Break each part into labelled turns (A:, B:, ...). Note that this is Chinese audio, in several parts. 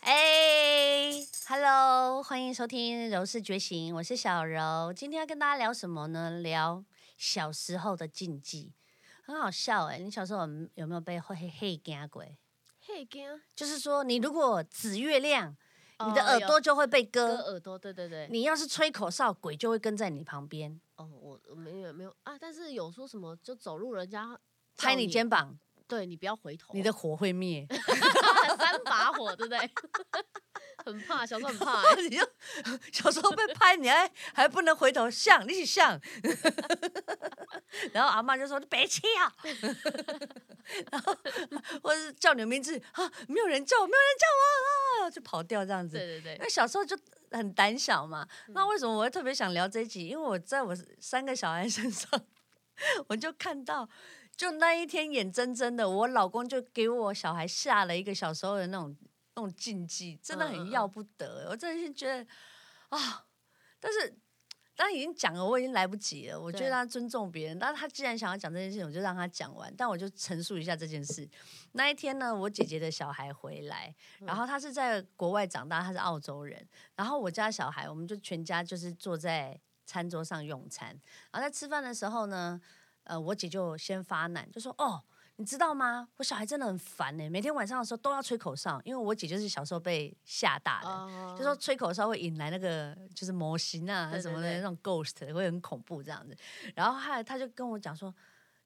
A: 哎 Hello，欢迎收听《柔氏觉醒》，我是小柔。今天要跟大家聊什么呢？聊小时候的禁忌，很好笑哎、你小时候有有没有被黑黑惊过？
B: 嘿，惊
A: 就是说，你如果指月亮，
B: 哦
A: 你的耳朵就会被
B: 割
A: 割；
B: 耳朵，对对对。
A: 你要是吹口哨，鬼就会跟在你旁边
B: 哦，我我没有没有啊，但是有说什么就走路人家
A: 拍
B: 叫
A: 你肩膀，
B: 对你不要回头，
A: 你的火会灭。
B: 三把火，对不对？ 很怕，小时候很怕、欸。
A: 你就 小时候被拍，你还还不能回头，像你是像， 然后阿妈就说你别气啊， 然后 或者是叫你的名字啊，没有人叫我，没有人叫我啊，就跑掉这样子。
B: 对对对嗯
A: 因，为小时候就很胆小嘛，那为什么我会特别想聊这一集？因为我在我三个小孩身上， 我就看到，就那一天眼睁睁的，我老公就给我小孩下了一个小时候的那种那种禁忌，真的
B: 嗯嗯
A: 很
B: 嗯
A: 要不得。欸我真的是觉得啊，但是当然已经讲了，我已经来不及了。我觉
B: 对
A: 得他尊重别人，但是他既然想要讲这件事情，我就让他讲完。但我就陈述一下这件事。那一天呢，我姐姐的小孩回来，然后他是在国外长大，他是澳洲人。然后我家小孩，我们就全家就是坐在餐桌上用餐。然后在吃饭的时候呢，呃，我姐就先发难，就说：“哦，你知道吗？我小孩真的很烦呢、每天晚上的时候都要吹口哨，因为我姐就是小时候被吓大的。
B: 哦
A: 就说吹口哨会引来那个就是魔形啊
B: 对对
A: 什么的
B: 对
A: 那种 ghost 会很恐怖这样子。然后后来他就跟我讲说，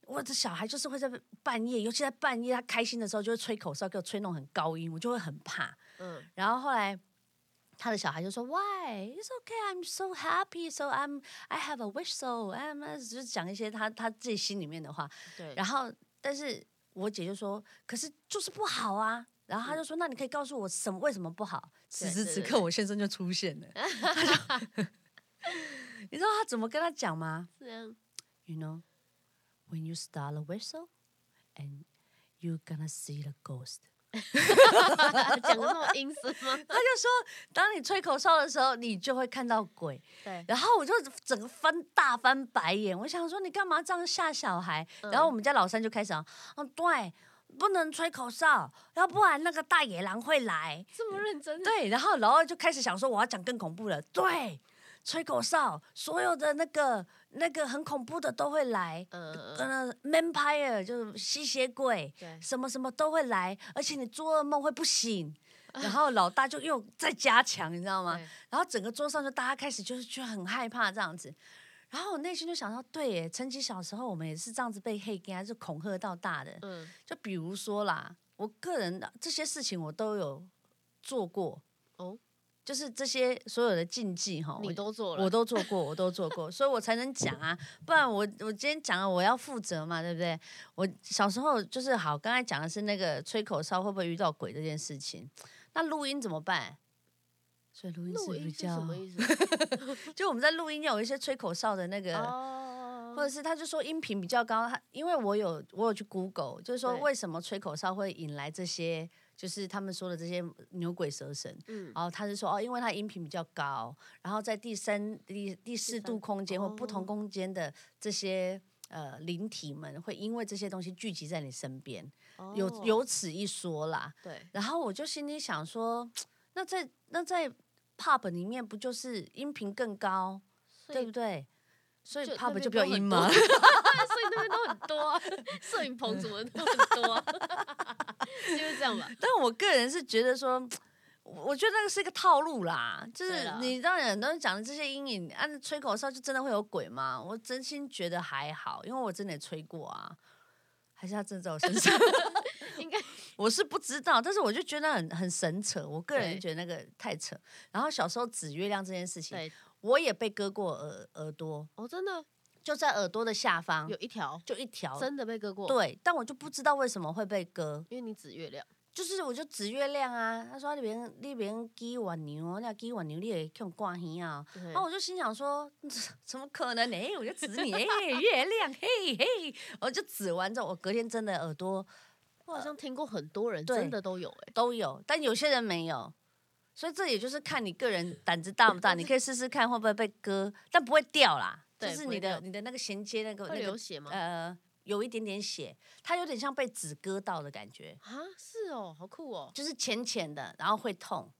A: 我的小孩就是会在半夜，尤其在半夜他开心的时候就会吹口哨，给我吹那种很高音，我就会很怕。
B: 嗯，
A: 然后后来他的小孩就说，Why? It's okay. I'm so happy. So I'm I have a wish. So I'm 就是讲一些他他自己心里面的话。
B: 对，
A: 然后，但是我姐就说，可是就是不好啊。然后她就说，那你可以告诉我什么为什么不好？此
B: 嗯对
A: 时
B: 对
A: 此
B: 对
A: 刻，我先生就出现了。 他就你知道他怎么跟他讲吗
B: 这样
A: ？You know, when you start a whistle, and you gonna see the ghost.
B: 啊 讲的那么阴森 吗？
A: 他就说，当你吹口哨的时候，你就会看到鬼。
B: 对，
A: 然后我就整个翻大翻白眼，我想说你干嘛这样吓小孩？然后我们家老三就开始啊，嗯，对，不能吹口哨，要不然那个大野狼会来。
B: 这么认真，
A: 对，然后老二就开始想说我要讲更恐怖的，对，吹口哨，所有的那个那个很恐怖的都会来，
B: 嗯，嗯嗯
A: 呃，vampire 就是吸血鬼，
B: 对，
A: 什么什么都会来，而且你做噩梦会不醒。然后老大就又再加强，你知道吗？
B: 对
A: 然后整个桌上就大家开始就是就很害怕这样子。然后我内心就想到，对耶，曾经小时候我们也是这样子被黑给，啊就恐吓到大的。
B: 嗯，
A: 就比如说啦，我个人的这些事情我都有做过，
B: 哦，
A: 就是这些所有的禁忌哈，
B: 你
A: 哦我
B: 都做了，
A: 我都做过，我都做过，所以我才能讲啊，不然我我今天讲了，我要负责嘛，对不对？我小时候就是好，刚才讲的是那个吹口哨会不会遇到鬼这件事情，那录音怎么办？所以录音是
B: 录
A: 不
B: 音
A: 是
B: 是什
A: 叫
B: 么意 思？
A: 就我们在录音有一些吹口哨的那个，
B: 哦，
A: 或者是他就说音频比较高，他因为我有我有去 Google，就是说
B: 对
A: 为什么吹口哨会引来这些，就是他们说的这些牛鬼蛇神。
B: 嗯，
A: 然后他就说哦，因为它音频比较高，然后在第三、第第四
B: 三
A: 度空间或不同
B: 哦
A: 空间的这些呃灵体们，会因为这些东西聚集在你身边，有
B: 哦
A: 有此一说啦。
B: 对，
A: 然后我就心里想说，那在那在 pub 里面不就是音频更高，
B: 所
A: 对
B: 以
A: 不对？所以
B: 就
A: pub
B: 那
A: 就
B: 边
A: 比较
B: 都很
A: 阴嘛。
B: 所以那边都很多、啊， 摄影棚什么的都很多、啊， 是因为这样吧？
A: 但我个人是觉得说，我我觉得那个是一个套路啦，就
B: 对
A: 是
B: 啦
A: 你让很多人讲的这些阴影，按、吹口哨就真的会有鬼吗？我真心觉得还好，因为我真的也吹过啊。还是他真的在我身 上，
B: 应该
A: 我是不知道，但是我就觉得很很神扯，我个人
B: 对
A: 觉得那个太扯。然后小时候指月亮这件事情，
B: 对，
A: 我也被割过耳耳朵，
B: 哦，真的
A: 就在耳朵的下方
B: 有一条
A: 就一条，
B: 真的被割过，，
A: 嗯对，但我就不知道为什么会被割，
B: 因为你指月亮，
A: 就是我就指月亮啊，他说你别你别鸡瓦牛哦，你要鸡瓦牛你会去挂耳啊。然后
B: 哦，
A: 我就心想说， 怎么可能呢、哎我就指你，哎、 月亮，嘿嘿，我就指完之后，我隔天真的耳朵
B: 我好像听过很多人
A: 对
B: 真的都有、欸，
A: 都有，但有些人没有，所以这也就是看你个人胆子大不大，你可以试试看会不会被割，但不会掉啦，就
B: 对
A: 是
B: 不会
A: 你的
B: 掉
A: 你的那个衔接那个
B: 会
A: 那个
B: 流血吗？
A: 呃，有一点点血，它有点像被纸割到的感觉，
B: 啊，是哦，好酷哦！
A: 就是浅浅的，然后会痛。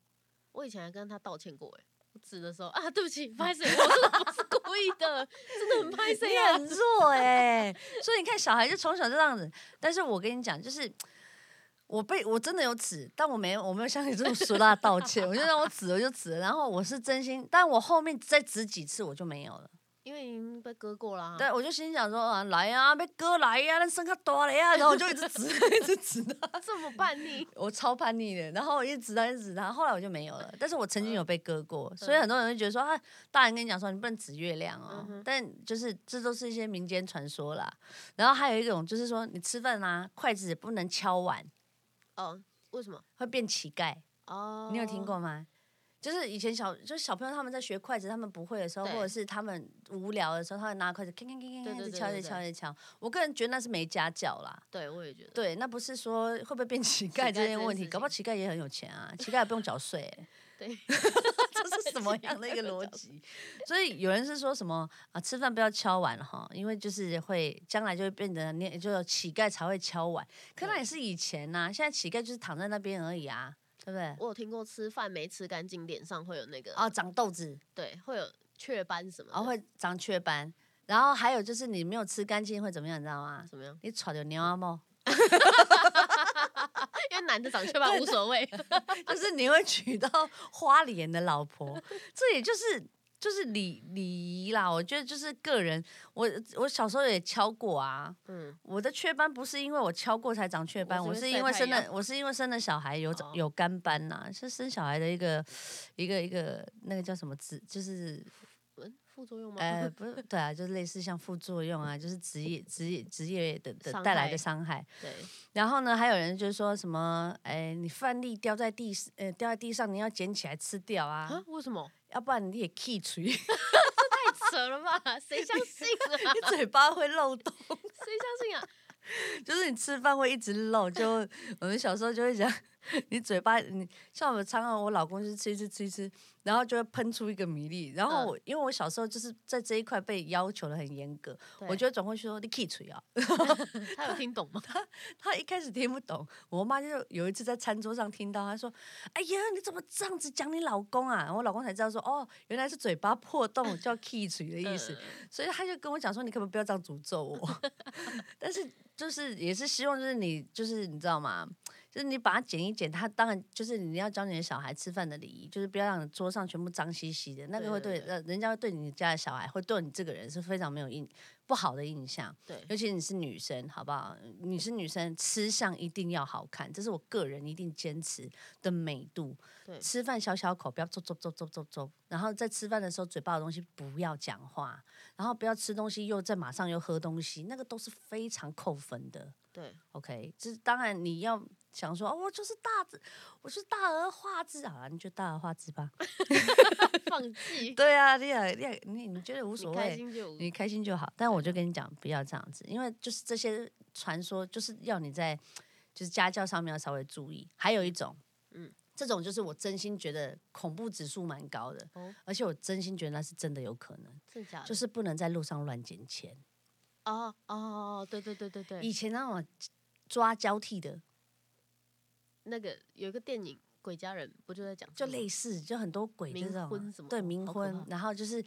B: 我以前还跟他道歉过，哎，指的时候啊，对不起，拍谁？我真的不是故意的，真的很拍谁
A: 你
B: 啊？
A: 很弱哎、所以你看，小孩就从小就这样子。但是我跟你讲，就是我被我真的有指，但我没有我没有像你这么俗辣道歉，我就让我指我就指了，然后我是真心，但我后面再指几次我就没有了。
B: 因为已经被割过啦。
A: 对，我就心想说啊，来啊，被哥来呀、啊，那生个多了呀、然后我就一直指， 一直指他，
B: 这么叛逆，
A: 我超叛逆的，然后我一直指他，一直指他，后来我就没有了。但是我
B: 嗯
A: 曾经有被割过，所以很多人就觉得说啊，大人跟你讲说你不能指月亮哦
B: 嗯，哼
A: 但就是这都是一些民间传说啦。然后还有一种就是说，你吃饭啊，筷子也不能敲碗，
B: 哦，为什么？
A: 会变乞丐，
B: 哦，
A: 你有听？过吗？就是以前小，就是小朋友他们在学筷子，他们不会的时候，
B: 对
A: 或者是他们无聊的时候，他会拿筷子，铿铿铿
B: 对
A: 铿
B: 对
A: 铿，一直
B: 对
A: 敲，
B: 对
A: 一直
B: 对
A: 敲，一直敲。我个人觉得那是没家教啦。
B: 对，我也觉得。
A: 对，那不是说会不会变乞
B: 乞
A: 丐
B: 丐
A: 这
B: 这
A: 件
B: 件
A: 问
B: 事
A: 题，搞不好乞丐也很有钱啊，乞丐也不用缴税欸、
B: 对，
A: 这是什么样的一个逻辑？所以有人是说什么啊，吃饭不要敲碗哈，因为就是会将来就会变得念，就是乞丐才会敲碗。可那
B: 对
A: 也是以前呐、现在乞丐就是躺在那边而已啊，对不对？
B: 我有听过吃饭没吃干净，脸上会有那个
A: 哦，长痘子，
B: 对，会有雀斑什么
A: 然
B: 的，
A: 后会长雀斑，然后还有就是你没有吃干净会怎么样，你知道吗？
B: 怎么样？
A: 你喘着牛阿啊猫，
B: 因为男的长雀斑无所谓，
A: 就是你会娶到花脸的老婆，这也就是就是礼礼仪啦。我觉得就是个人，我我小时候也敲过啊。
B: 嗯，
A: 我的雀斑不是因为我敲过才长雀斑，
B: 我
A: 我
B: 是
A: 是
B: 因为
A: 因为
B: 晒
A: 生
B: 太
A: 了，我是因为生了小孩有长
B: 哦
A: 有干斑呐、是生小孩的一个一个一个那个叫什么职，就是
B: 嗯副作用吗？
A: 呃，不是对啊，就是类似像副作用啊，就是职业职业职业的的
B: 伤
A: 带来
B: 害
A: 的伤害。
B: 对，
A: 然后呢，还有人就是说什么，哎，你饭粒掉在地，呃，掉在地上，你要捡起来吃掉啊
B: 啊，，为什么？
A: 要不然你也 key 出，你
B: 太扯了吧？谁相信 啊？
A: 嘴巴会漏洞，
B: 谁相信啊？
A: 就是你吃饭会一直漏。就我们小时候就会讲，你嘴巴，你像我们常常我老公就是吃一吃吃一吃，然后就会喷出一个米粒。然后
B: 嗯
A: 我、因为我小时候就是在这一块被要求的很严格，我就会转过去说你 key 出啊。
B: 得他有听懂吗？
A: 他一开始听不懂，我妈就有一次在餐桌上听到，她说：“哎呀，你怎么这样子讲你老公啊？”我老公才知道说：“哦，原来是嘴巴破洞叫 key 嘴的意思。
B: 嗯，”
A: 所以他就跟我讲说：“你可不可以不要这样诅咒我？” 但是就是也是希望就是你就是你知道吗？就是你把它剪一剪，他当然就是你要教你的小孩吃饭的礼仪，就是不要让桌上全部脏兮兮的，那个会
B: 对
A: 对
B: 对对
A: 呃人家会对你家的小孩，会对你这个人是非常没有印不好的印象。
B: 对，
A: 尤其你是女生，好不好？你是女生，吃相一定要好看，这是我个人一定坚持的美度
B: 对。
A: 吃饭小小口，不要啧啧啧啧啧啧，然后在吃饭的时候嘴巴的东西不要讲话，然后不要吃东西又在马上又喝东西，那个都是非常扣分的。
B: 对，
A: OK，这当然你要想说，哦，我就是大字，我是大而化之啊，你就大而化之吧。
B: 放弃，
A: 对啊，你也你也你你觉得无所
B: 你开
A: 谓，
B: 心就无
A: 你开心就好。但我就跟你讲，不要这样子，因为就是这些传说，就是要你在就是家教上面要稍微注意。还有一种，
B: 嗯
A: 嗯，这种就是我真心觉得恐怖指数蛮高的，
B: 哦啊
A: 而且我真心觉得那是真的有可能，
B: 真的假的？
A: 就是不能在路上乱捡钱。
B: 哦哦哦，对对对对对，
A: 以前那种抓交替的，
B: 那个有一个电影《鬼家人》，不就在讲
A: 就
B: 这个
A: 类似就很多鬼这
B: 冥
A: 种
B: 婚
A: 啊
B: 什么
A: 对
B: 的
A: 冥
B: 好可
A: 婚
B: 怕，
A: 然后就是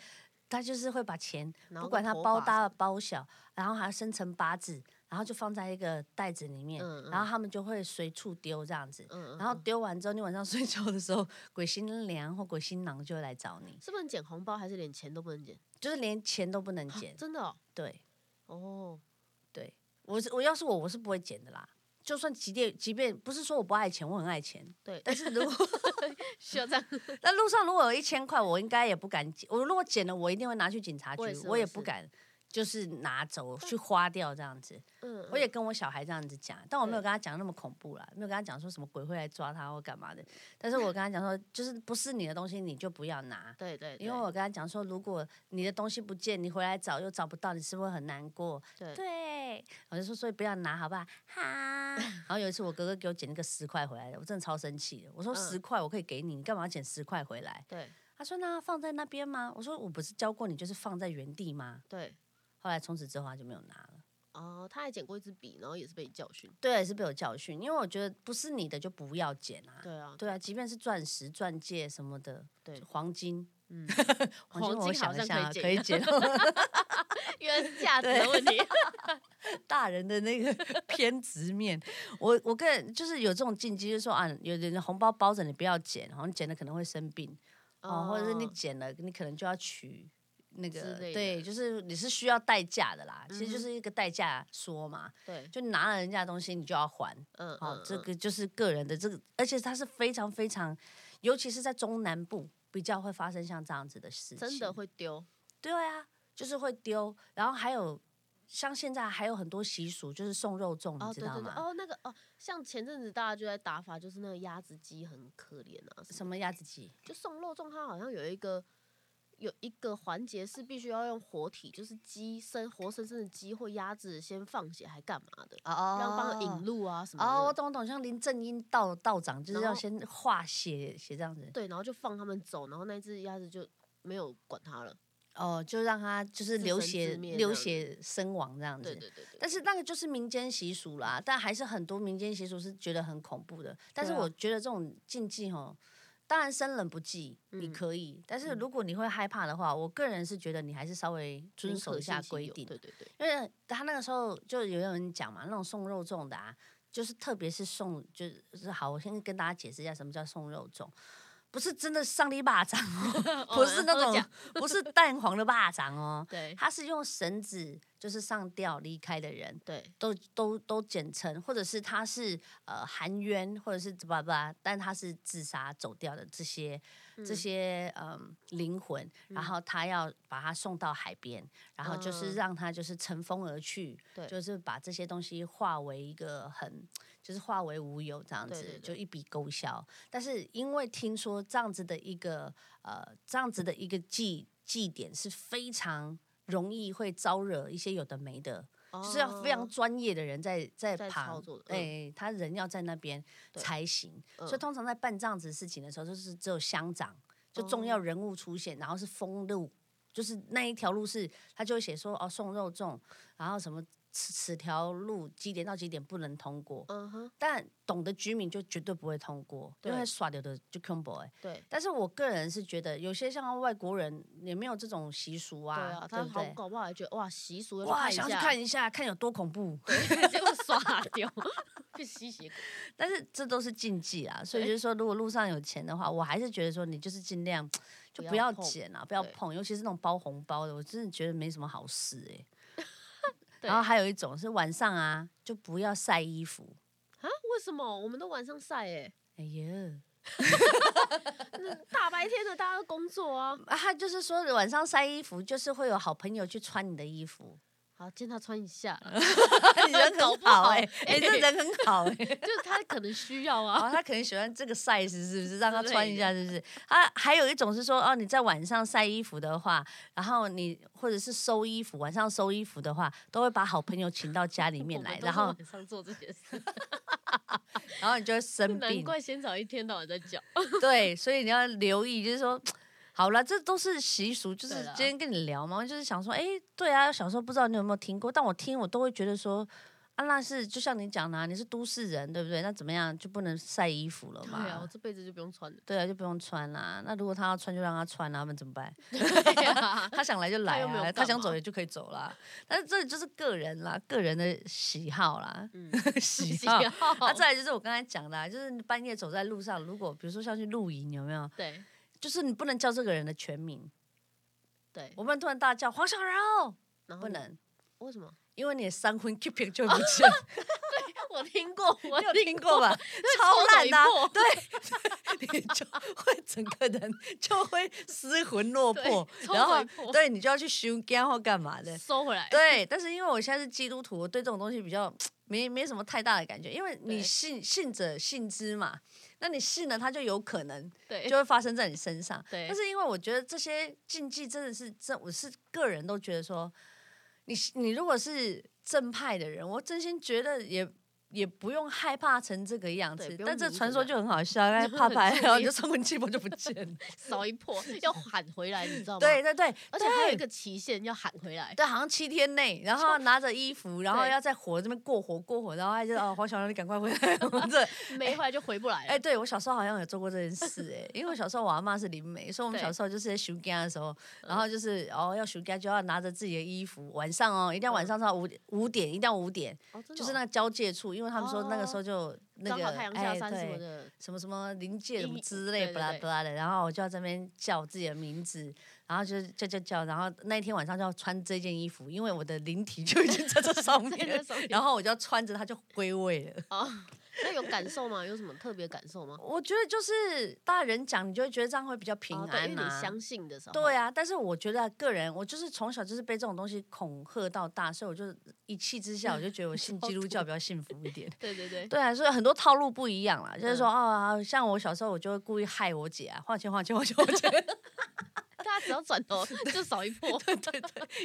A: 他就是会把钱
B: 然
A: 不
B: 后
A: 管
B: 跟
A: 它
B: 头
A: 包
B: 发
A: 大
B: 什
A: 的包小，然后还生成八字，然后就放在一个袋子里面，
B: 嗯
A: 然后他们就会随处丢这样子。
B: 嗯，嗯
A: 然后
B: 嗯
A: 丢完之后，你晚上睡觉的时候，鬼新娘或鬼新郎就会来找你，
B: 是不能捡红包，还是连钱都不能捡？
A: 就是连钱都不能
B: 啊
A: 捡。
B: 真的哦，
A: 对
B: 哦，
A: 对，我是我要是我，我是不会捡的啦。就算即便即便不是说我不爱钱，我很爱 钱，
B: 对，
A: 但是如果
B: 需要这样，
A: 那路上如果有一千块，我应该也不敢捡。我如果捡了，我一定会拿去警察局，
B: 我
A: 我
B: 也是我
A: 也
B: 也
A: 不
B: 是
A: 敢就是拿走去花掉这样子。
B: 嗯，
A: 我也跟我小孩这样子讲，但我没有
B: 对
A: 跟他讲那么恐怖啦，没有跟他讲说什么鬼会来抓他或干嘛的。但是我跟他讲说，就是不是你的东西你就不要拿，
B: 对对，
A: 因为我跟他讲说，如果你的东西不见，你回来找又找不到，你是不是很难过？
B: 对对
A: 对，我就说所以不要拿，好不好？好。 然后有一次我哥哥给我捡那个十块回来的，我真的超生气的。我说
B: 嗯
A: 十块我可以给你，你干嘛要捡十块回来？
B: 对
A: 他说那放在那边吗？我说我不是教过你就是放在原地吗？
B: 对，
A: 后来从此之后他就没有拿了。
B: 哦，他还捡过一支笔，然后也是被教训，
A: 对，是被我教训，因为我觉得不是你的就不要捡啊。
B: 对啊，
A: 对啊，即便是钻石、钻戒什么的，
B: 对
A: 黄金
B: 嗯，
A: 黄金我
B: 黄金
A: 想
B: 好
A: 一
B: 像
A: 下啊，
B: 可
A: 可
B: 以
A: 以
B: 解
A: 解
B: 忧
A: 忧
B: 因为是价值的问题，
A: 大人的那个 偏执面。我我个人就是有这种禁忌，就是说啊，有的人红包包着你不要捡，好像捡了可能会生病哦，或者是你捡了你可能就要取。那
B: 之
A: 个
B: 类的
A: 对，就是你是需要代价的啦，其实就
B: 嗯哼
A: 是一个代价说嘛，
B: 对，
A: 就拿了人家的东西你就要还，
B: 嗯，
A: 好、
B: 嗯
A: 哦这
B: 嗯
A: 个就是个人的这个，而且它是非常非常，尤其是在中南部比较会发生像这样子的事情。
B: 真的？会丢，
A: 对啊，就是会丢，然后还有像现在还有很多习俗，就是送肉粽，
B: 哦，
A: 你知
B: 对对
A: 道
B: 对，
A: 吗？
B: 哦，那个哦，像前阵子大家就在打法，就是那个鸭子鸡很可怜啊，
A: 什么鸭子鸡？
B: 就送肉粽，它好像有一个有一个环节是必须要用活体，就是鸡生活生生的鸡或鸭子先放血，还干嘛的，
A: 哦哦
B: 让帮它引。路啊什么的。
A: 哦，我懂我懂，像林正英道道长就是
B: 然
A: 要
B: 后
A: 先化血血这样子，
B: 对，然后就放他们走，然后那只鸭子就没有管它了。
A: 哦，就让他就是
B: 自
A: 流
B: 生
A: 血
B: 自灭
A: 流
B: 这样
A: 血身亡这样子
B: 对。对对对，
A: 但是那个就是民间习俗啦，但还是很多民间习俗是觉得很恐怖的。但是
B: 对啊
A: 我觉得这种禁忌吼，当然生冷不忌，你
B: 嗯
A: 可以。但是
B: 嗯
A: 如果你会害怕的话，我个人是觉得你还是稍微遵
B: 宁
A: 守
B: 可
A: 一下
B: 信其
A: 规
B: 有
A: 定，
B: 对对对，
A: 因为他那个时候就有人讲嘛，那种送肉粽的啊，就是特别是送，就是好，我先跟大家解释一下什么叫送肉粽。不是真的上帝巴掌哦，不是那
B: 我们
A: 种
B: 讲，
A: 不是蛋黄的巴掌哦，
B: 对
A: 它是用绳子就是上吊离开的人，
B: 对
A: 都都都简称，或者是他是呃含冤，或者是怎么吧，但他是自杀走掉的这些、这
B: 嗯
A: 些嗯灵魂，然后他要把它送到海边，然后就是
B: 嗯
A: 让他就是乘风而去，
B: 对
A: 就是把这些东西化为一个很就是化为乌有这样子，
B: 对对对
A: 就一笔勾销。但是因为听说这样子的一个呃这样子的一个祭祭典是非常容易会招惹一些有的没的。就是要非常
B: 哦
A: 专业的人在在
B: 在
A: 旁
B: 操作的，
A: 哎、
B: 嗯
A: 他人要在那边
B: 对
A: 才行。所以
B: 嗯
A: 通常在办这样子的事情的时候，就是只有乡长就重
B: 哦
A: 要人物出现，然后是封路，就是那一条路是他就会写说哦送肉粽，然后什么此此条路几点到几点不能通过，
B: 嗯哼，
A: 但懂的居民就绝对不会通过，因为
B: 对
A: 耍流的就 combo 哎。
B: 对
A: 但是我个人是觉得有些像外国人也没有这种习俗
B: 对
A: 啊，
B: 啊，他
A: 不
B: 好
A: 对？
B: 搞不好还觉得哇习俗要去
A: 哇，
B: 看一
A: 想要去
B: 下，
A: 看一下，看有多恐怖。
B: 对，结果耍掉，去吸血鬼，
A: 但是这都是禁忌啊，所以就是说，如果路上有钱的话，我还是觉得说，你就是尽量就
B: 不
A: 不要
B: 要碰
A: 捡啊，不要
B: 对
A: 碰，尤其是那种包红包的，我真的觉得没什么好事哎、
B: 对
A: 然后还有一种是晚上啊，就不要晒衣服。
B: 啊？为什么我们都晚上晒哎、
A: 哎呀，
B: 大白天的大家都工作啊。
A: 啊，他就是说晚上晒衣服，就是会有好朋友去穿你的衣 服，
B: 好，见他穿一下啦，
A: 你人
B: 搞
A: 很
B: 不
A: 好
B: 好
A: 哎、哎、
B: 哎
A: 这人哦很好哎、
B: 就是他可能需要
A: 然
B: 啊。
A: 后他可能喜欢这个 size 是不是？让他
B: 之类
A: 穿一下是不是？啊，还有一种是说，哦，你在晚上晒衣服的话，然后你或者是收衣服，晚上收衣服的话，都会把好朋友请到家里面来，然后
B: 晚上做这件事，
A: 然后你就会生
B: 难
A: 病。
B: 怪仙草一天到晚在讲。
A: 对，所以你要留意，就是说。好了，这都是习俗，就是
B: 对啦
A: 今天跟你聊嘛，就是想说，哎、对啊，小时候不知道你有没有听过，但我听我都会觉得说，啊，那是就像你讲的、啊，你是都市人，对不对？那怎么样就不能晒衣服了
B: 对
A: 嘛？
B: 啊，我这辈子就不用 穿了。
A: 对啊，就不用穿啦、那如果他要穿，就让他穿啦、他们怎么办？
B: 对啊，
A: 他想来就来
B: 又没有
A: 啊，
B: 干
A: 他想走
B: 嘛
A: 也就可以走啦。但是这就是个人啦，个人的喜好 啦，
B: 嗯，
A: 喜好。
B: 好
A: 啊，再来就是我刚才讲的、啊，就是你半夜走在路上，如果比如说像去露营，有没有？
B: 对
A: 就是你不能叫这个人的全名，
B: 对，
A: 我不能突然大叫黄小柔，
B: 然后
A: 不
B: 你
A: 能，
B: 为什么？
A: 因为你的三魂 keeping 就不见 了，
B: 我听过，我
A: 你有听过 吧？超
B: 抽走
A: 烂
B: 一
A: 的、啊，
B: 破
A: 你就会整个人就会失魂落
B: 对
A: 魄，
B: 抽
A: 然后
B: 走一破
A: 对你就要去修肝或干嘛的。
B: 收回来。
A: 对，但是因为我现在是基督徒，我对这种东西比较没没什么太大的感觉，因为你
B: 对
A: 信信者信之嘛，那你信了，它就有可能
B: 对
A: 就会发生在你身上。
B: 对
A: 但是因为我觉得这些禁忌真的是真，我是个人都觉得说，你你如果是正派的人，我真心觉得也也不用害怕成这个样
B: 对
A: 子
B: 不，用
A: 但这
B: 迷
A: 传
B: 什
A: 说
B: 么
A: 就很好 笑，哎，
B: 就
A: 怕
B: 很
A: 拍，
B: 负
A: 然后
B: 面
A: 你就冲 进去，我就不见了。
B: 扫 一破要喊回来，你知道吗？
A: 对，对对，
B: 而且还有
A: 对
B: 一个期限要喊回来。
A: 对，好像七天内，然后拿着衣服，然后
B: 哦对
A: 要在火这边过火过火，然后他就哦，黄小龙你赶快回 来，我这
B: 没回来就回不来了。
A: 哎、对我小时候好像有做过这件事哎、因为我小时候我阿妈是灵媒，所以我们
B: 对嗯
A: 小时候就是在修家的时候，然后就是哦要修家就要拿着自己的衣服，晚上哦一定要晚上到五五点，一定要五点，
B: 哦真的
A: 就是
B: 嗯哦
A: 那个交界处，因为他们说那个时候就那
B: 刚
A: 个
B: 好太阳下
A: 哎
B: 山什么
A: 对
B: 的，
A: 什么什么临界什么
B: 阴
A: 之类
B: 对对
A: 巴拉
B: 对
A: 巴拉的，然后我就要这边叫我自己的名字，然后就叫叫叫，然后那一天晚上就要穿这件衣服，因为我的灵体就已经在这 上
B: 在
A: 面
B: 那，上面
A: 然后我就要穿着它就归位了。
B: 哦，那有感受吗？有什么特别感受吗？
A: 我觉得就是大人讲，你就会觉得这样会比较平
B: 哦对
A: 安
B: 因为你
A: 啊。
B: 相信的时候，
A: 对啊，但是我觉得个人，我就是从小就是被这种东西恐吓到大，所以我就一气之下，我就觉得我 信基督教比较幸福一点。
B: 对对对，
A: 对啊，所以很多套路不一样啦，就是说，
B: 嗯
A: 哦，像我小时候，我就会故意害我姐啊，花钱花钱花钱花钱，
B: 大家只要转 头就少一波。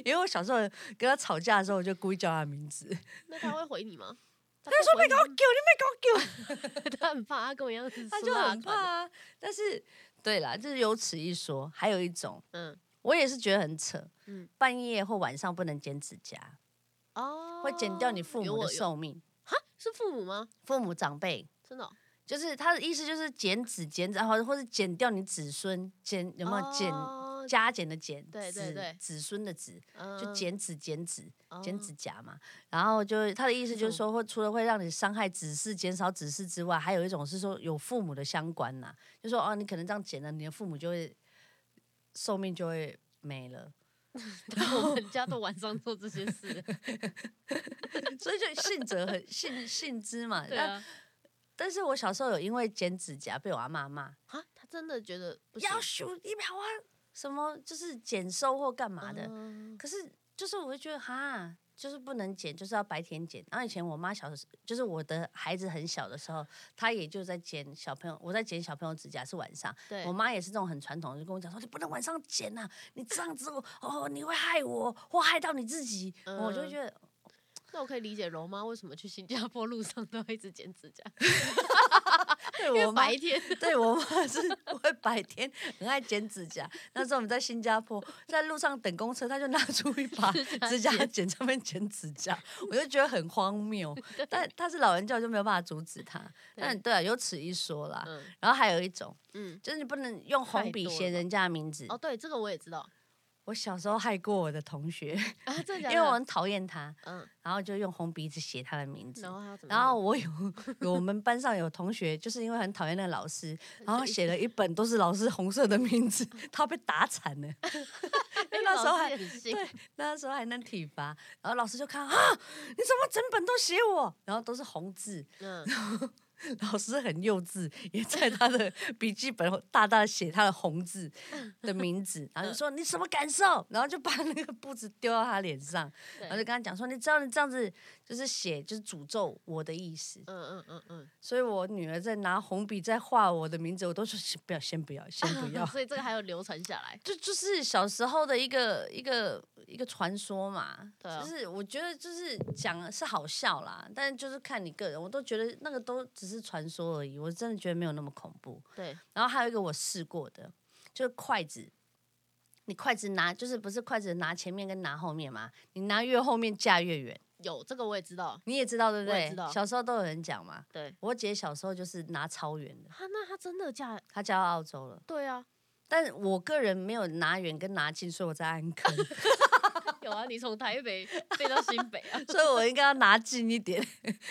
A: 因为我小时候跟她吵架的时候，我就故意叫她名字，
B: 那他会回 你吗？他说被
A: 我给我，
B: 狗， 他很怕，他跟我一样是
A: 你她
B: 苏
A: 就
B: 拉
A: 很怕
B: 款的。
A: 啊。但是，对啦，就是有此一说。还有一种，
B: 嗯，
A: 我也是觉得很扯，
B: 嗯
A: 半夜或晚上不能剪指甲，
B: 哦，
A: 会剪掉你父
B: 有
A: 母的
B: 我有
A: 寿命，
B: 是父母吗？
A: 父母长辈。
B: 真的哦
A: 就是他的意思，就是剪指剪指，啊或者或者剪掉你子孙，剪有没有剪、
B: 哦
A: 加减的减，
B: 对对
A: 子
B: 对
A: 子孙的子，就
B: 嗯
A: 剪指剪指剪
B: 哦
A: 指甲嘛。然后就他的意思就是
B: 这
A: 说，会除了会让你伤害子嗣、减少子嗣之外，还有一种是说有父母的相关呐、就说哦，你可能这样剪了，你的父母就会寿命就会没了，
B: 我们家都晚上做这些事，
A: 所以就信者很信信之嘛。
B: 对
A: 那
B: 啊，
A: 但是我小时候有因为剪指甲被我阿妈骂，
B: 啊，他真的觉得不行
A: 要修一秒啊，什么就是减收或干嘛的。
B: 嗯
A: 可是就是我会觉得哈，就是不能剪，就是要白天剪。然后以前我妈小的时，就是我的孩子很小的时候，她也就在剪小朋友，我在剪小朋友指甲是晚上，
B: 对
A: 我，妈也是这种很传统的，就跟我讲说你不能晚上剪呐、你这样子我哦你会害我或害到你自己，我就
B: 嗯
A: 觉得
B: 那我可以理解柔妈为什么去新加坡路上都会一直剪指甲，
A: 对
B: 因 为
A: 我妈
B: 白 天
A: 对我妈是会白天很爱剪指甲。那时候我们在新加坡，在路上等公车，她就拿出一把指甲剪，上面剪指甲，我就觉得很荒谬。但她是老人家，我就没有办法阻止她。但对啊，有此一说啦。
B: 嗯
A: 然后还有一种，
B: 嗯，
A: 就是你不能用
B: 太
A: 红笔
B: 多了
A: 写
B: 吧
A: 人家的名字。
B: 哦，对，这个我也知道
A: 我小时候害过我的同学，
B: 啊，真的
A: 因
B: 假
A: 为我
B: 的？
A: 很讨厌他，
B: 嗯，
A: 然后就用红笔子写他的名字
B: 然。后还有怎么样？
A: 然后我有有我们班上有同学，就是因为很讨厌那个老师，然后写了一本都是老师红色的名字，他被打惨了。因为那时候还
B: 对，
A: 那时候还能体罚，然后老师就看啊，你怎么整本都写我？然后都是红字，
B: 嗯，
A: 老师很幼稚，也在他的笔记本大大地写他的红字的名字，然后就说你什么感受？然后就把那个簿子丢到他脸上，然后就
B: 对
A: 跟他讲说，你知道你这样子就是写就是诅咒我的意思。
B: 嗯嗯嗯嗯
A: 所以我女儿在拿红笔在画我的名字，我都说先不要，先不要，先不 要
B: 嗯，。所以这个还有流传下来，
A: 就就是小时候的一个一个一个传说嘛，
B: 对啊
A: 就是我觉得就是讲是好笑啦，但就是看你个人，我都觉得那个都只是传说而已，我真的觉得没有那么恐怖。
B: 对，
A: 然后还有一个我试过的，就是筷子，你筷子拿就是不是筷子拿前面跟拿后面嘛，你拿越后面架越远，
B: 有这个我也知道，
A: 你也知道对不
B: 我也
A: 对
B: 知道？
A: 小时候都有人讲嘛，
B: 对，
A: 我姐小时候就是拿超远的。
B: 他啊那他真的嫁，
A: 他嫁到澳洲了，
B: 对啊，
A: 但我个人没有拿远跟拿近，所以我在 安坑，
B: 有啊，你从台北飞到新北啊，
A: 所以我应该要拿近一点，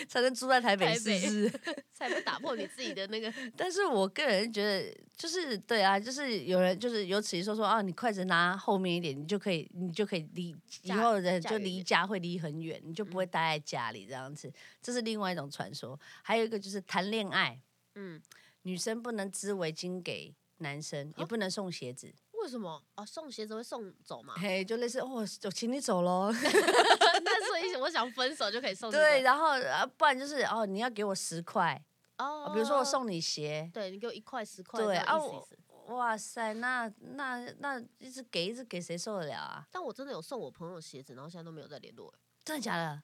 A: 才能住在台北
B: 台
A: 市
B: 北
A: 是不是。
B: 才不打破你自己的那个，
A: 但是我个人觉得，就是对啊，就是有人就是有此一说说啊，你筷子拿后面一点，你就可以，你就可以离以
B: 嫁
A: 后的人
B: 嫁
A: 就
B: 远一
A: 离
B: 点嗯
A: 家会离很远，你就不会待在家里这样子。这是另外一种传说，还有一个就是谈恋爱，
B: 嗯，
A: 女生不能织围巾给男生，也
B: 啊
A: 不能送鞋子，
B: 为什么啊？送鞋子会送走 嘛？
A: 嘿，就类似哦，我我请你走喽。
B: 那所以我想分手就可以送这个
A: 对，然后啊，不然就是哦，你要给我十块，
B: 哦
A: 啊比如说我，送你鞋，
B: 对你给我一块十块，
A: 对
B: 这样
A: 啊
B: 意思
A: 我
B: 意思
A: 哇塞，那那那一直给一直给谁受得了啊？
B: 但我真的有送我朋友鞋子，然后现在都没有再联络了。
A: 真的假的？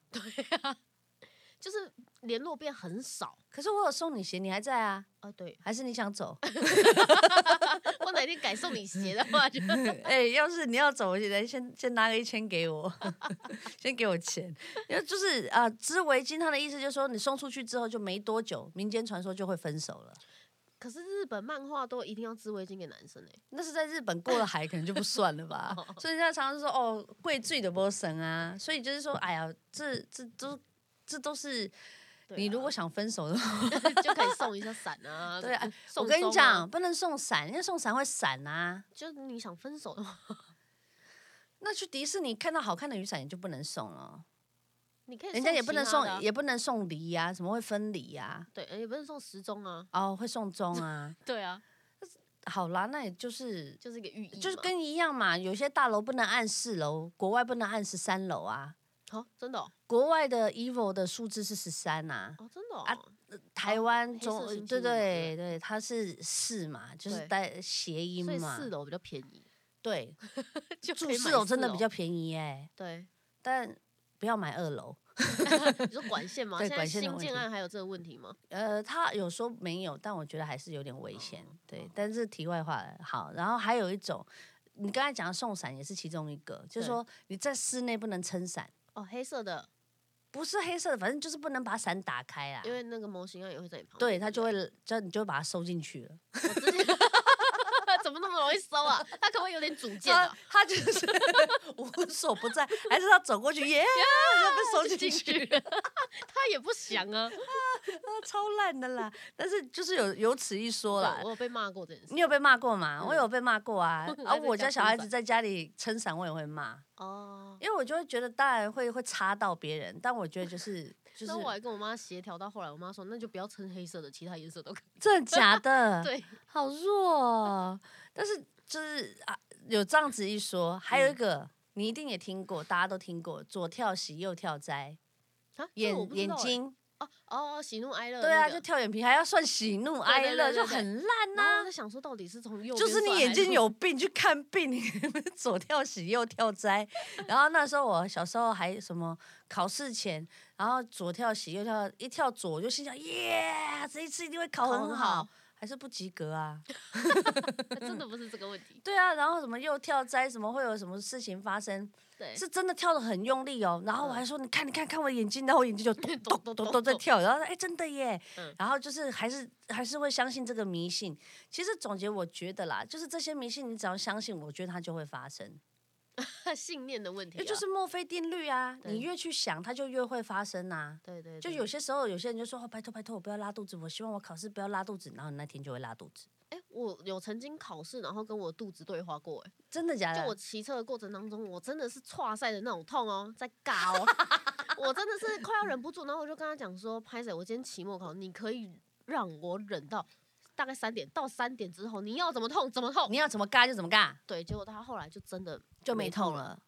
B: 就是联络变很少
A: 可是我有送你鞋，你还在啊？，
B: 啊。对
A: 还是你想走？
B: 我哪天改送你鞋的话，就
A: 哎、要是你要走，我现在先先拿个一千给我， 先给我钱。因为就是啊，织、围巾，它的意思就是说，你送出去之后就没多久，民间传说就会分手了。
B: 可是日本漫画都一定要织围巾给男生哎、
A: 那是在日本过了海，可能就不算了 吧。所以人家常常说哦，贵罪的波神啊，所以就是说，哎呀，这这都这都是
B: 对
A: 你如
B: 啊
A: 果想分手的话，
B: 就可以送一下伞啊。
A: 对啊，
B: 送
A: 我跟
B: 钟
A: 你
B: 啊
A: 讲，，不能送伞，因为送伞会散啊。
B: 就是你想分手的话，
A: 那去迪士尼看到好看的雨伞，你就不能送了，
B: 你可以、
A: 人家也不能送，
B: 也
A: 也不能送梨呀、怎么会分离呀、
B: 啊对，也不能送时钟啊。
A: 哦，会送钟啊。
B: 对啊，
A: 好啦，那也就是
B: 就是一个寓意嘛，
A: 就是跟一样嘛，有些大楼不能按四楼，国外不能按十三楼啊。
B: 好、真的哦，
A: 国外的 evil 的数字是十三呐、
B: 哦真的哦、
A: 啊台湾
B: 黑色
A: 中
B: 星
A: 对
B: 期五嘛
A: 对
B: 对
A: 对，它是四嘛，就是
B: 对
A: 带谐音
B: 所以
A: 嘛
B: 四。楼比较便 宜，
A: 对，
B: 就可
A: 住
B: 以
A: 四
B: 买
A: 楼真的
B: 四
A: 比较便宜哎、
B: 对。
A: 但不要买二楼。
B: 你说管线吗？
A: 对
B: 现在
A: 管线的
B: 新
A: 问
B: 建
A: 题
B: 案还有这个问题吗？
A: 呃，他有说没有，但我觉得还是有点危险。
B: 哦
A: 对，但是题外话了好，然后还有一种，你刚才讲的送伞也是其中一个，就是
B: 对
A: 说你在室内不能撑伞，
B: 哦，黑色的，
A: 不是黑色的，反正就是不能把伞打开啦。
B: 因为那个模型案也会在你旁边。
A: 啊对，它就
B: 会
A: 会，就你就会把它收进去了。
B: 怎么那么容易收 啊？它可不可以有点主见
A: 他
B: 啊？
A: 他就是 无所不在，还是他走过去，耶，然后被收进去，
B: 去，他也不想 啊。
A: 啊超烂的啦。但是就是有有此一说啦
B: 对，我有被骂过这件事。
A: 你有被骂过吗？
B: 嗯
A: 我有被骂过啊
B: 我，很
A: 啊，
B: 爱在
A: 我
B: 家
A: 家小
B: 撑
A: 孩
B: 伞
A: 子在家里撑伞，我也会骂，
B: 哦，
A: 因为我就会觉得，当然会会插到别人，但我觉得就是 就是
B: 那我还跟我妈协调到后来，我妈说那就不要撑黑色的，其他颜色都可以。
A: 真的假的，
B: 对，
A: 好弱、哦。但是就是啊，有这样子一说，还有一个、
B: 嗯
A: 你一定也听过，大家都听过，左跳喜，右跳灾，
B: 啊，这
A: 眼
B: 我不知
A: 眼
B: 道欸
A: 睛，
B: 哦哦，喜怒哀乐
A: 对啊，
B: 那
A: 就
B: 个
A: 跳眼皮还要算喜怒哀乐，
B: 对对对
A: 就
B: 对
A: 很烂
B: 然后
A: 呐、
B: 哦我在想说，到底是从右
A: 就
B: 边
A: 是你
B: 算
A: 眼
B: 还
A: 睛
B: 从
A: 有病， 去看病，你左跳喜右跳灾。然后那时候我小时候还什么考试前，然后左跳喜右跳，一跳左我就心想耶，这一次一定会考
B: 考
A: 很
B: 很
A: 好
B: 好，
A: 还是不及格啊？
B: 真的不是这个问题。
A: 对啊，然后什么右跳灾，什么会有什么事情发生？
B: 对，嗯
A: 是真的跳的很用力哦。然后我还说，你看，你看，看我的眼睛，然后我眼 睛就 咚
B: 咚
A: 咚咚
B: 咚咚
A: 咚在
B: 咚
A: 跳。然后哎，真的耶
B: 嗯。
A: 然后就是还是还是会相信这个迷信。其实总结我觉得啦，就是这些迷信，你只要相信，我觉得它就会发生。
B: 信念的问题、
A: 也
B: 啊，
A: 哎就是墨菲定律啊，
B: 对
A: 你越去想，它就越会发生呐。
B: 对对
A: 就
B: 对
A: 有些时候，有些人就说：“哦，拜托拜托，我不要拉肚子，我希望我考试不要拉肚子。”然后你那天就会拉肚子，
B: 哎、我有曾经考试，然后跟我肚子对话过、哎，
A: 真的假的？
B: 就我骑车的过程当中，我真的是岔赛的那种痛哦，在嘎哦，我真的是快要忍不住，然后我就跟他讲说，拍谁，我今天期末考，你可以让我忍到大概三点，到三点之后你要怎么痛怎么痛
A: 你。要怎么尬就怎么尬。
B: 对，结果他后来就真的
A: 就
B: 没
A: 没
B: 痛
A: 痛
B: 了
A: 了。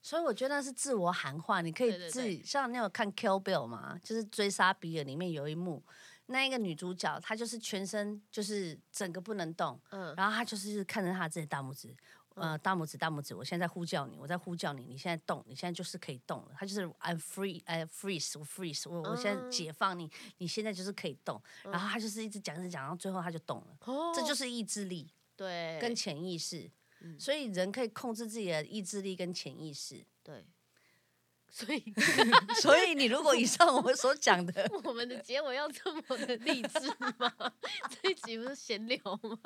A: 所以我觉得那是自我喊话，你可以
B: 对对对
A: 自己像你有看《Kill Bill》嘛，就是追杀比尔里面有一幕，那一个女主角她就是全身就是整个不能动，
B: 嗯，
A: 然后她就是看着她自己的大拇指，呃，大拇指大拇指，我现在在呼叫你，我在呼叫你，你现在动，你现在就是可以动了，她就是 I'm free，哎 freeze，我 freeze，我我现在
B: 嗯
A: 解放你，你现在就是可以动，然后她就是一直讲一直讲，然后最后她就动了，
B: 哦
A: 这就是意志力。
B: 对，
A: 跟潜意识，
B: 嗯
A: 所以人可以控制自己的意志力跟潜意识。
B: 对，所以
A: 所以你如果以上我们所讲 的，
B: 我们的结尾要这么的励志吗？这一集不是闲聊吗？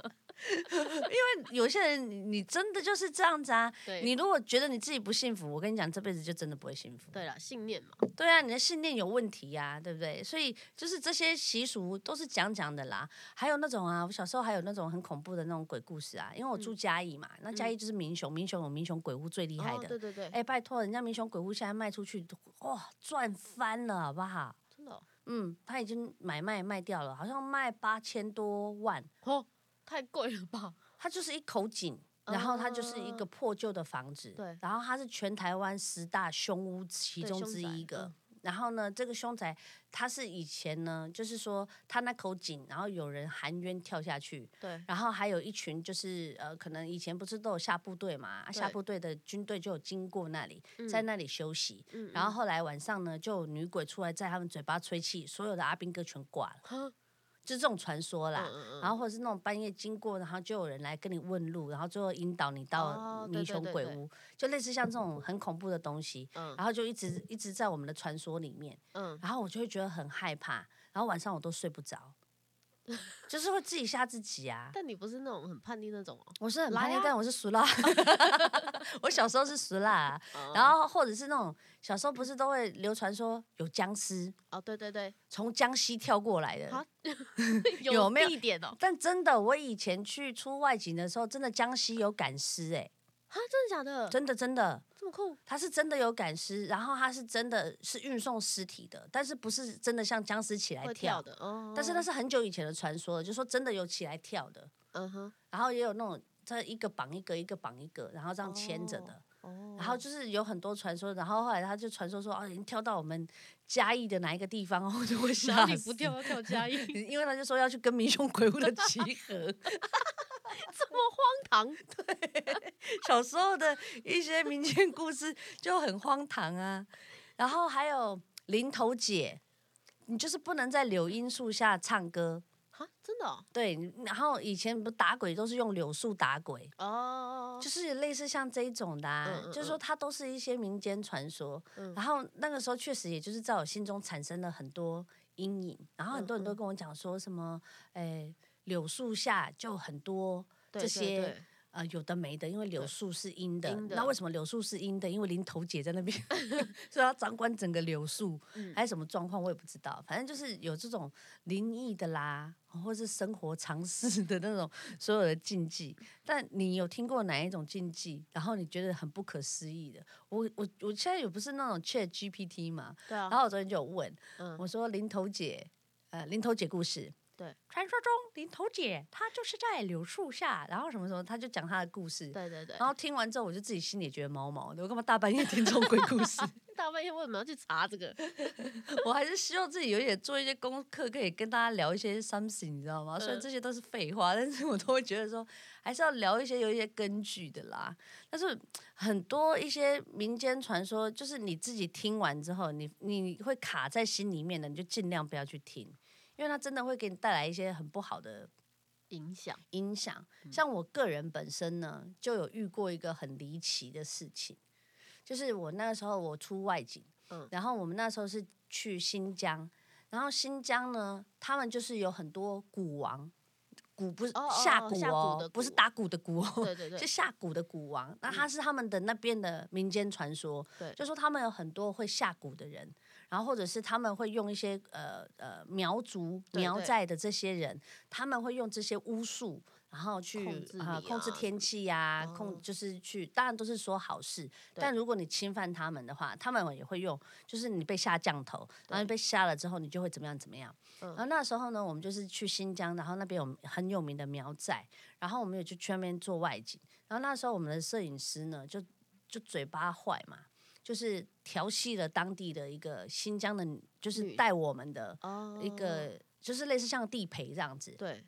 A: 有些人你你真的就是这样子啊。
B: 对，
A: 你如果觉得你自己不幸福，我跟你讲，这辈子就真的不会幸福。
B: 对啦，信念嘛，
A: 对啊，你的信念有问题呀、对不对？所以就是这些习俗都是讲讲的啦。还有那种啊，我小时候还有那种很恐怖的那种鬼故事啊，因为我住
B: 嗯
A: 嘉义嘛，那嘉义就是民雄，民雄有民雄鬼屋最厉害
B: 哦
A: 的。
B: 对对对，
A: 哎、拜托，人家民雄鬼屋现在卖出去，哇、赚翻了，好不好？
B: 真的哦
A: 嗯，他已经买卖卖掉了，好像卖八千多万。
B: 哦，太贵了吧？
A: 它就是一口井，然后它就是一个
B: 哦
A: 破旧的房子，
B: 对
A: 然后它是全台湾十大凶屋其
B: 对
A: 中
B: 凶
A: 之
B: 宅嗯
A: 一个，然后呢，这个凶宅它是以前呢，就是说它那口井，然后有人含冤跳下去，
B: 对，
A: 然后还有一群就是呃，可能以前不是都有下部队嘛，啊下
B: 对
A: 部队的军队就有经过那里，
B: 嗯
A: 在那里休息。
B: 嗯
A: 然后后来晚上呢，就有女鬼出来在他们嘴巴吹气，所有的阿兵哥全挂了，
B: 哈
A: 就这种传说啦。
B: 嗯
A: 然后或者是那种半夜经过，然后就有人来跟你问路，然后最后引导你到
B: 哦对
A: 迷
B: 对
A: 熊
B: 对
A: 鬼
B: 对
A: 屋，就类似像这种很恐怖的东西。
B: 嗯
A: 然后就一直一直在我们的传说里面，
B: 嗯，
A: 然后我就会觉得很害怕，然后晚上我都睡不 着，就是会自己吓自己啊。
B: 但你不是那种很叛逆那种哦。
A: 我是很
B: 来
A: 叛逆，
B: 啊
A: 但我是俗 辣，我小时候是俗辣啊、
B: 哦
A: 然后或者是那种小时候不是都会流传说有僵尸
B: 哦，对对 对，
A: 从江西跳过来的
B: 好，
A: 有没有
B: 地点哦？
A: 但真的我以前去出外景的时候，真的江西有赶尸哎，
B: 啊，真的假的？
A: 真的真的。
B: 这么酷？
A: 它是真的有赶尸，然后它是真的是运送尸体的，但是不是真的像僵尸起来
B: 会
A: 跳
B: 跳的哦。
A: 但是那是很久以前的传说了，就说真的有起来跳的，
B: 嗯哼，
A: 然后也有那种这一个绑一个，一个绑一个，然后这样牵着的。
B: 哦，
A: 然后就是有很多传说，然后后来他就传说说，哦，已经跳到我们嘉义的哪一个地方，我就会
B: 哪
A: 吓
B: 里
A: 死
B: 不。跳 跳加音，
A: 因为他就说要去跟民雄鬼屋的集合，
B: 这么荒唐？
A: 小时候的一些民间故事就很荒唐啊。然后还有林头姐，你就是不能在柳荫树下唱歌，
B: 哈，真 的哦
A: 对。然后以前不打鬼都是用柳树打鬼，
B: 哦，
A: 就是类似像这一种的、啊，
B: 嗯嗯
A: 就是说它都是一些民间传说。
B: 嗯
A: 然后那个时候确实也就是在我心中产生了很多阴影，然后很多人
B: 嗯
A: 都跟我讲说什么，诶、柳树下就很多
B: 对
A: 这
B: 对
A: 些
B: 对
A: 呃有的没的，因为柳树是阴的。
B: 阴的
A: 那为什么柳树是阴的？因为林头姐在那 边，所以要掌管整个柳树，
B: 嗯
A: 还有什么状况我也不知道。反正就是有这种灵异的啦，或是生活常识的那种所有的禁忌。但你有听过哪一种禁忌？然后你觉得很不可思议的？我我我现在也不是那种 Chat GPT 嘛，
B: 对啊
A: 然，后我昨天就有问，
B: 嗯
A: 我说林头姐，呃，林头姐故事。
B: 对，
A: 传说中林头姐她就是在柳树下，然后什么什么，她就讲她的故事。
B: 对对对
A: 然。后听完之后，我就自己心里觉得毛毛的，我干嘛大半夜听这种鬼故事？
B: 大半夜为什么要去查 这个？
A: 我还是希望自己有一点做一些功课，可以跟大家聊一些 something，你知道吗？虽然
B: 嗯
A: 这些都是废话，但是我都会觉得说，还是要聊一些有一些根据的啦。但是很多一些民间传说，就是你自己听完之后，你你会卡在心里面的，你就尽量不要去听，因为它真的会给你带来一些很不好的
B: 影响
A: 影响。
B: 嗯
A: 像我个人本身呢，就有遇过一个很离奇的事情，就是我那时候我出外景，
B: 嗯
A: 然后我们那时候是去新疆，然后新疆呢，他们就是有很多鼓王，鼓不是
B: 哦哦哦
A: 下鼓
B: 下鼓
A: 哦，
B: 的
A: 不是
B: 鼓
A: 打鼓的鼓哦，
B: 对对 对嗯
A: 是下鼓的鼓王。那他是他们的那边的民间传说，
B: 对
A: 就说他们有很多会下蛊的人，然后或者是他们会用一些呃呃苗族
B: 对
A: 苗
B: 对
A: 寨的这些人，他们会用这些巫术，然后去
B: 控制
A: 啊
B: 你
A: 控制
B: 啊
A: 天气呀、
B: 哦
A: 控就是去，当然都是说好事，
B: 对
A: 但如果你侵犯他们的话，他们也会用，就是你被下降头，然后你被下了之后，你就会怎么样怎么样。
B: 嗯
A: 然后那时候呢，我们就是去新疆，然后那边有很有名的苗寨，然后我们也就去那边做外景。然后那时候我们的摄影师呢，就就嘴巴坏嘛，就是调戏了当地的一个新疆的女，就是
B: 女
A: 带我们的
B: 哦
A: 一个，就是类似像地陪这样子。
B: 对，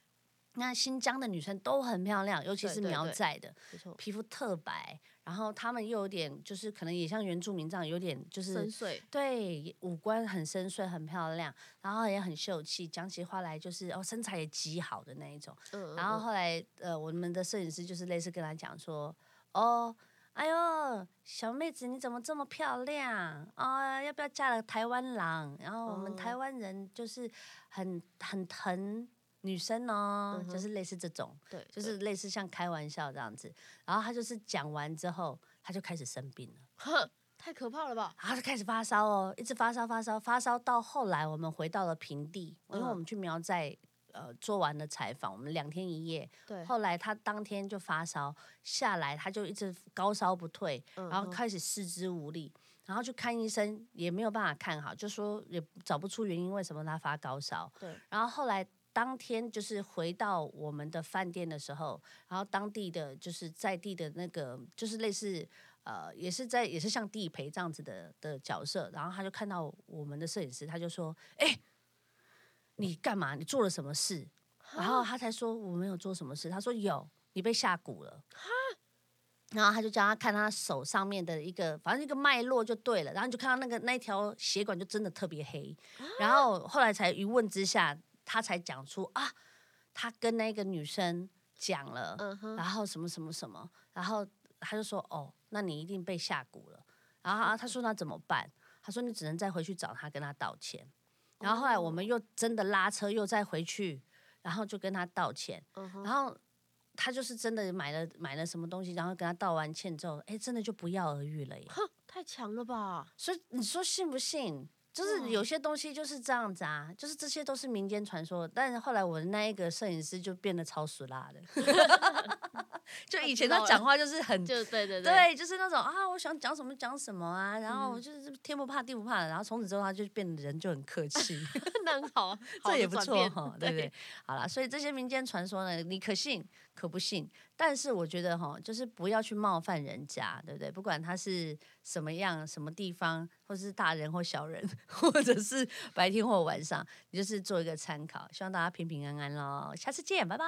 A: 那新疆的女生都很漂亮，尤其
B: 对
A: 是
B: 对
A: 苗
B: 对
A: 寨的，
B: 没错，
A: 皮肤特白，然后她们又有点就是可能也像原住民这样，有点就是
B: 深邃，
A: 对，五官很深邃，很漂亮，然后也很秀气，讲起话来就是哦，身材也极好的那一种。
B: 嗯，
A: 然后后来呃，我们的摄影师就是类似跟他讲说，哦，哎呦，小妹子你怎么这么漂亮啊、要不要嫁了台湾郎？然后我们台
B: 哦
A: 湾人就是很很疼女生哦，
B: 嗯
A: 就
B: 哼
A: 是类似这种，
B: 嗯对，
A: 就是类似像开玩笑这样子。然后他就是讲完之后，他就开始生病了。
B: 哼，太可怕了吧？
A: 然后就开始发烧哦，一直发烧发烧发烧，到后来我们回到了平地，因为
B: 嗯
A: 我们去苗寨呃做完了采访，我们两天一夜，
B: 对，
A: 后来他当天就发烧下来，他就一直高烧不退，
B: 嗯
A: 然后
B: 嗯
A: 开始四肢无力，然后去看医生也没有办法看好，就说也找不出原因为什么他发高烧，
B: 对，
A: 然后后来。当天就是回到我们的饭店的时候，然后当地的就是在地的那个，就是类似呃，也是在也是像地陪这样子的的角色，然后他就看到我们的摄影师，他就说：“哎、你干嘛？你做了什么事？”然后他才说：“我没有做什么事。”他说：“有，你被下蛊了。”然后他就叫他看他手上面的一个，反正一个脉络就对了。然后你就看到那个那一条血管就真的特别黑。然后后来才一问之下，他才讲出啊，他跟那个女生讲了，
B: 嗯哼，
A: 然后什么什么什么，然后他就说哦，那你一定被下蛊了。然后他他说那怎么办？他说你只能再回去找他，跟他道歉。然后后来我们又真的拉车，又再回去，然后就跟他道歉。
B: 嗯哼，
A: 然后他就是真的买了买了什么东西，然后跟他道完歉之后，哎，真的就不药而愈了耶。
B: 哼，太强了吧？
A: 所以你说信不信？就是
B: 嗯
A: 有些东西就是这样子啊，就是这些都是民间传说。但是后来我的那一个摄影师就变得超俗辣 的，就
B: 啊
A: 以前他讲话就是很
B: 就对对嗯
A: 对，就是那种啊，我想讲什么讲什么啊，然后我就是天不怕地不怕的，然后从此之后他就变得人就很客气，
B: 那很好，好
A: 这
B: 的
A: 也不
B: 转
A: 错
B: 变
A: 哈，对
B: 对
A: 不对？好啦，所以这些民间传说呢，你可信可不信，但是我觉得哈，就是不要去冒犯人家，对不对？不管他是什么样、什么地方，或是大人或小人， 或者是白天或晚上，你就是做一个参考，希望大家平平安安喽，下次见，拜拜。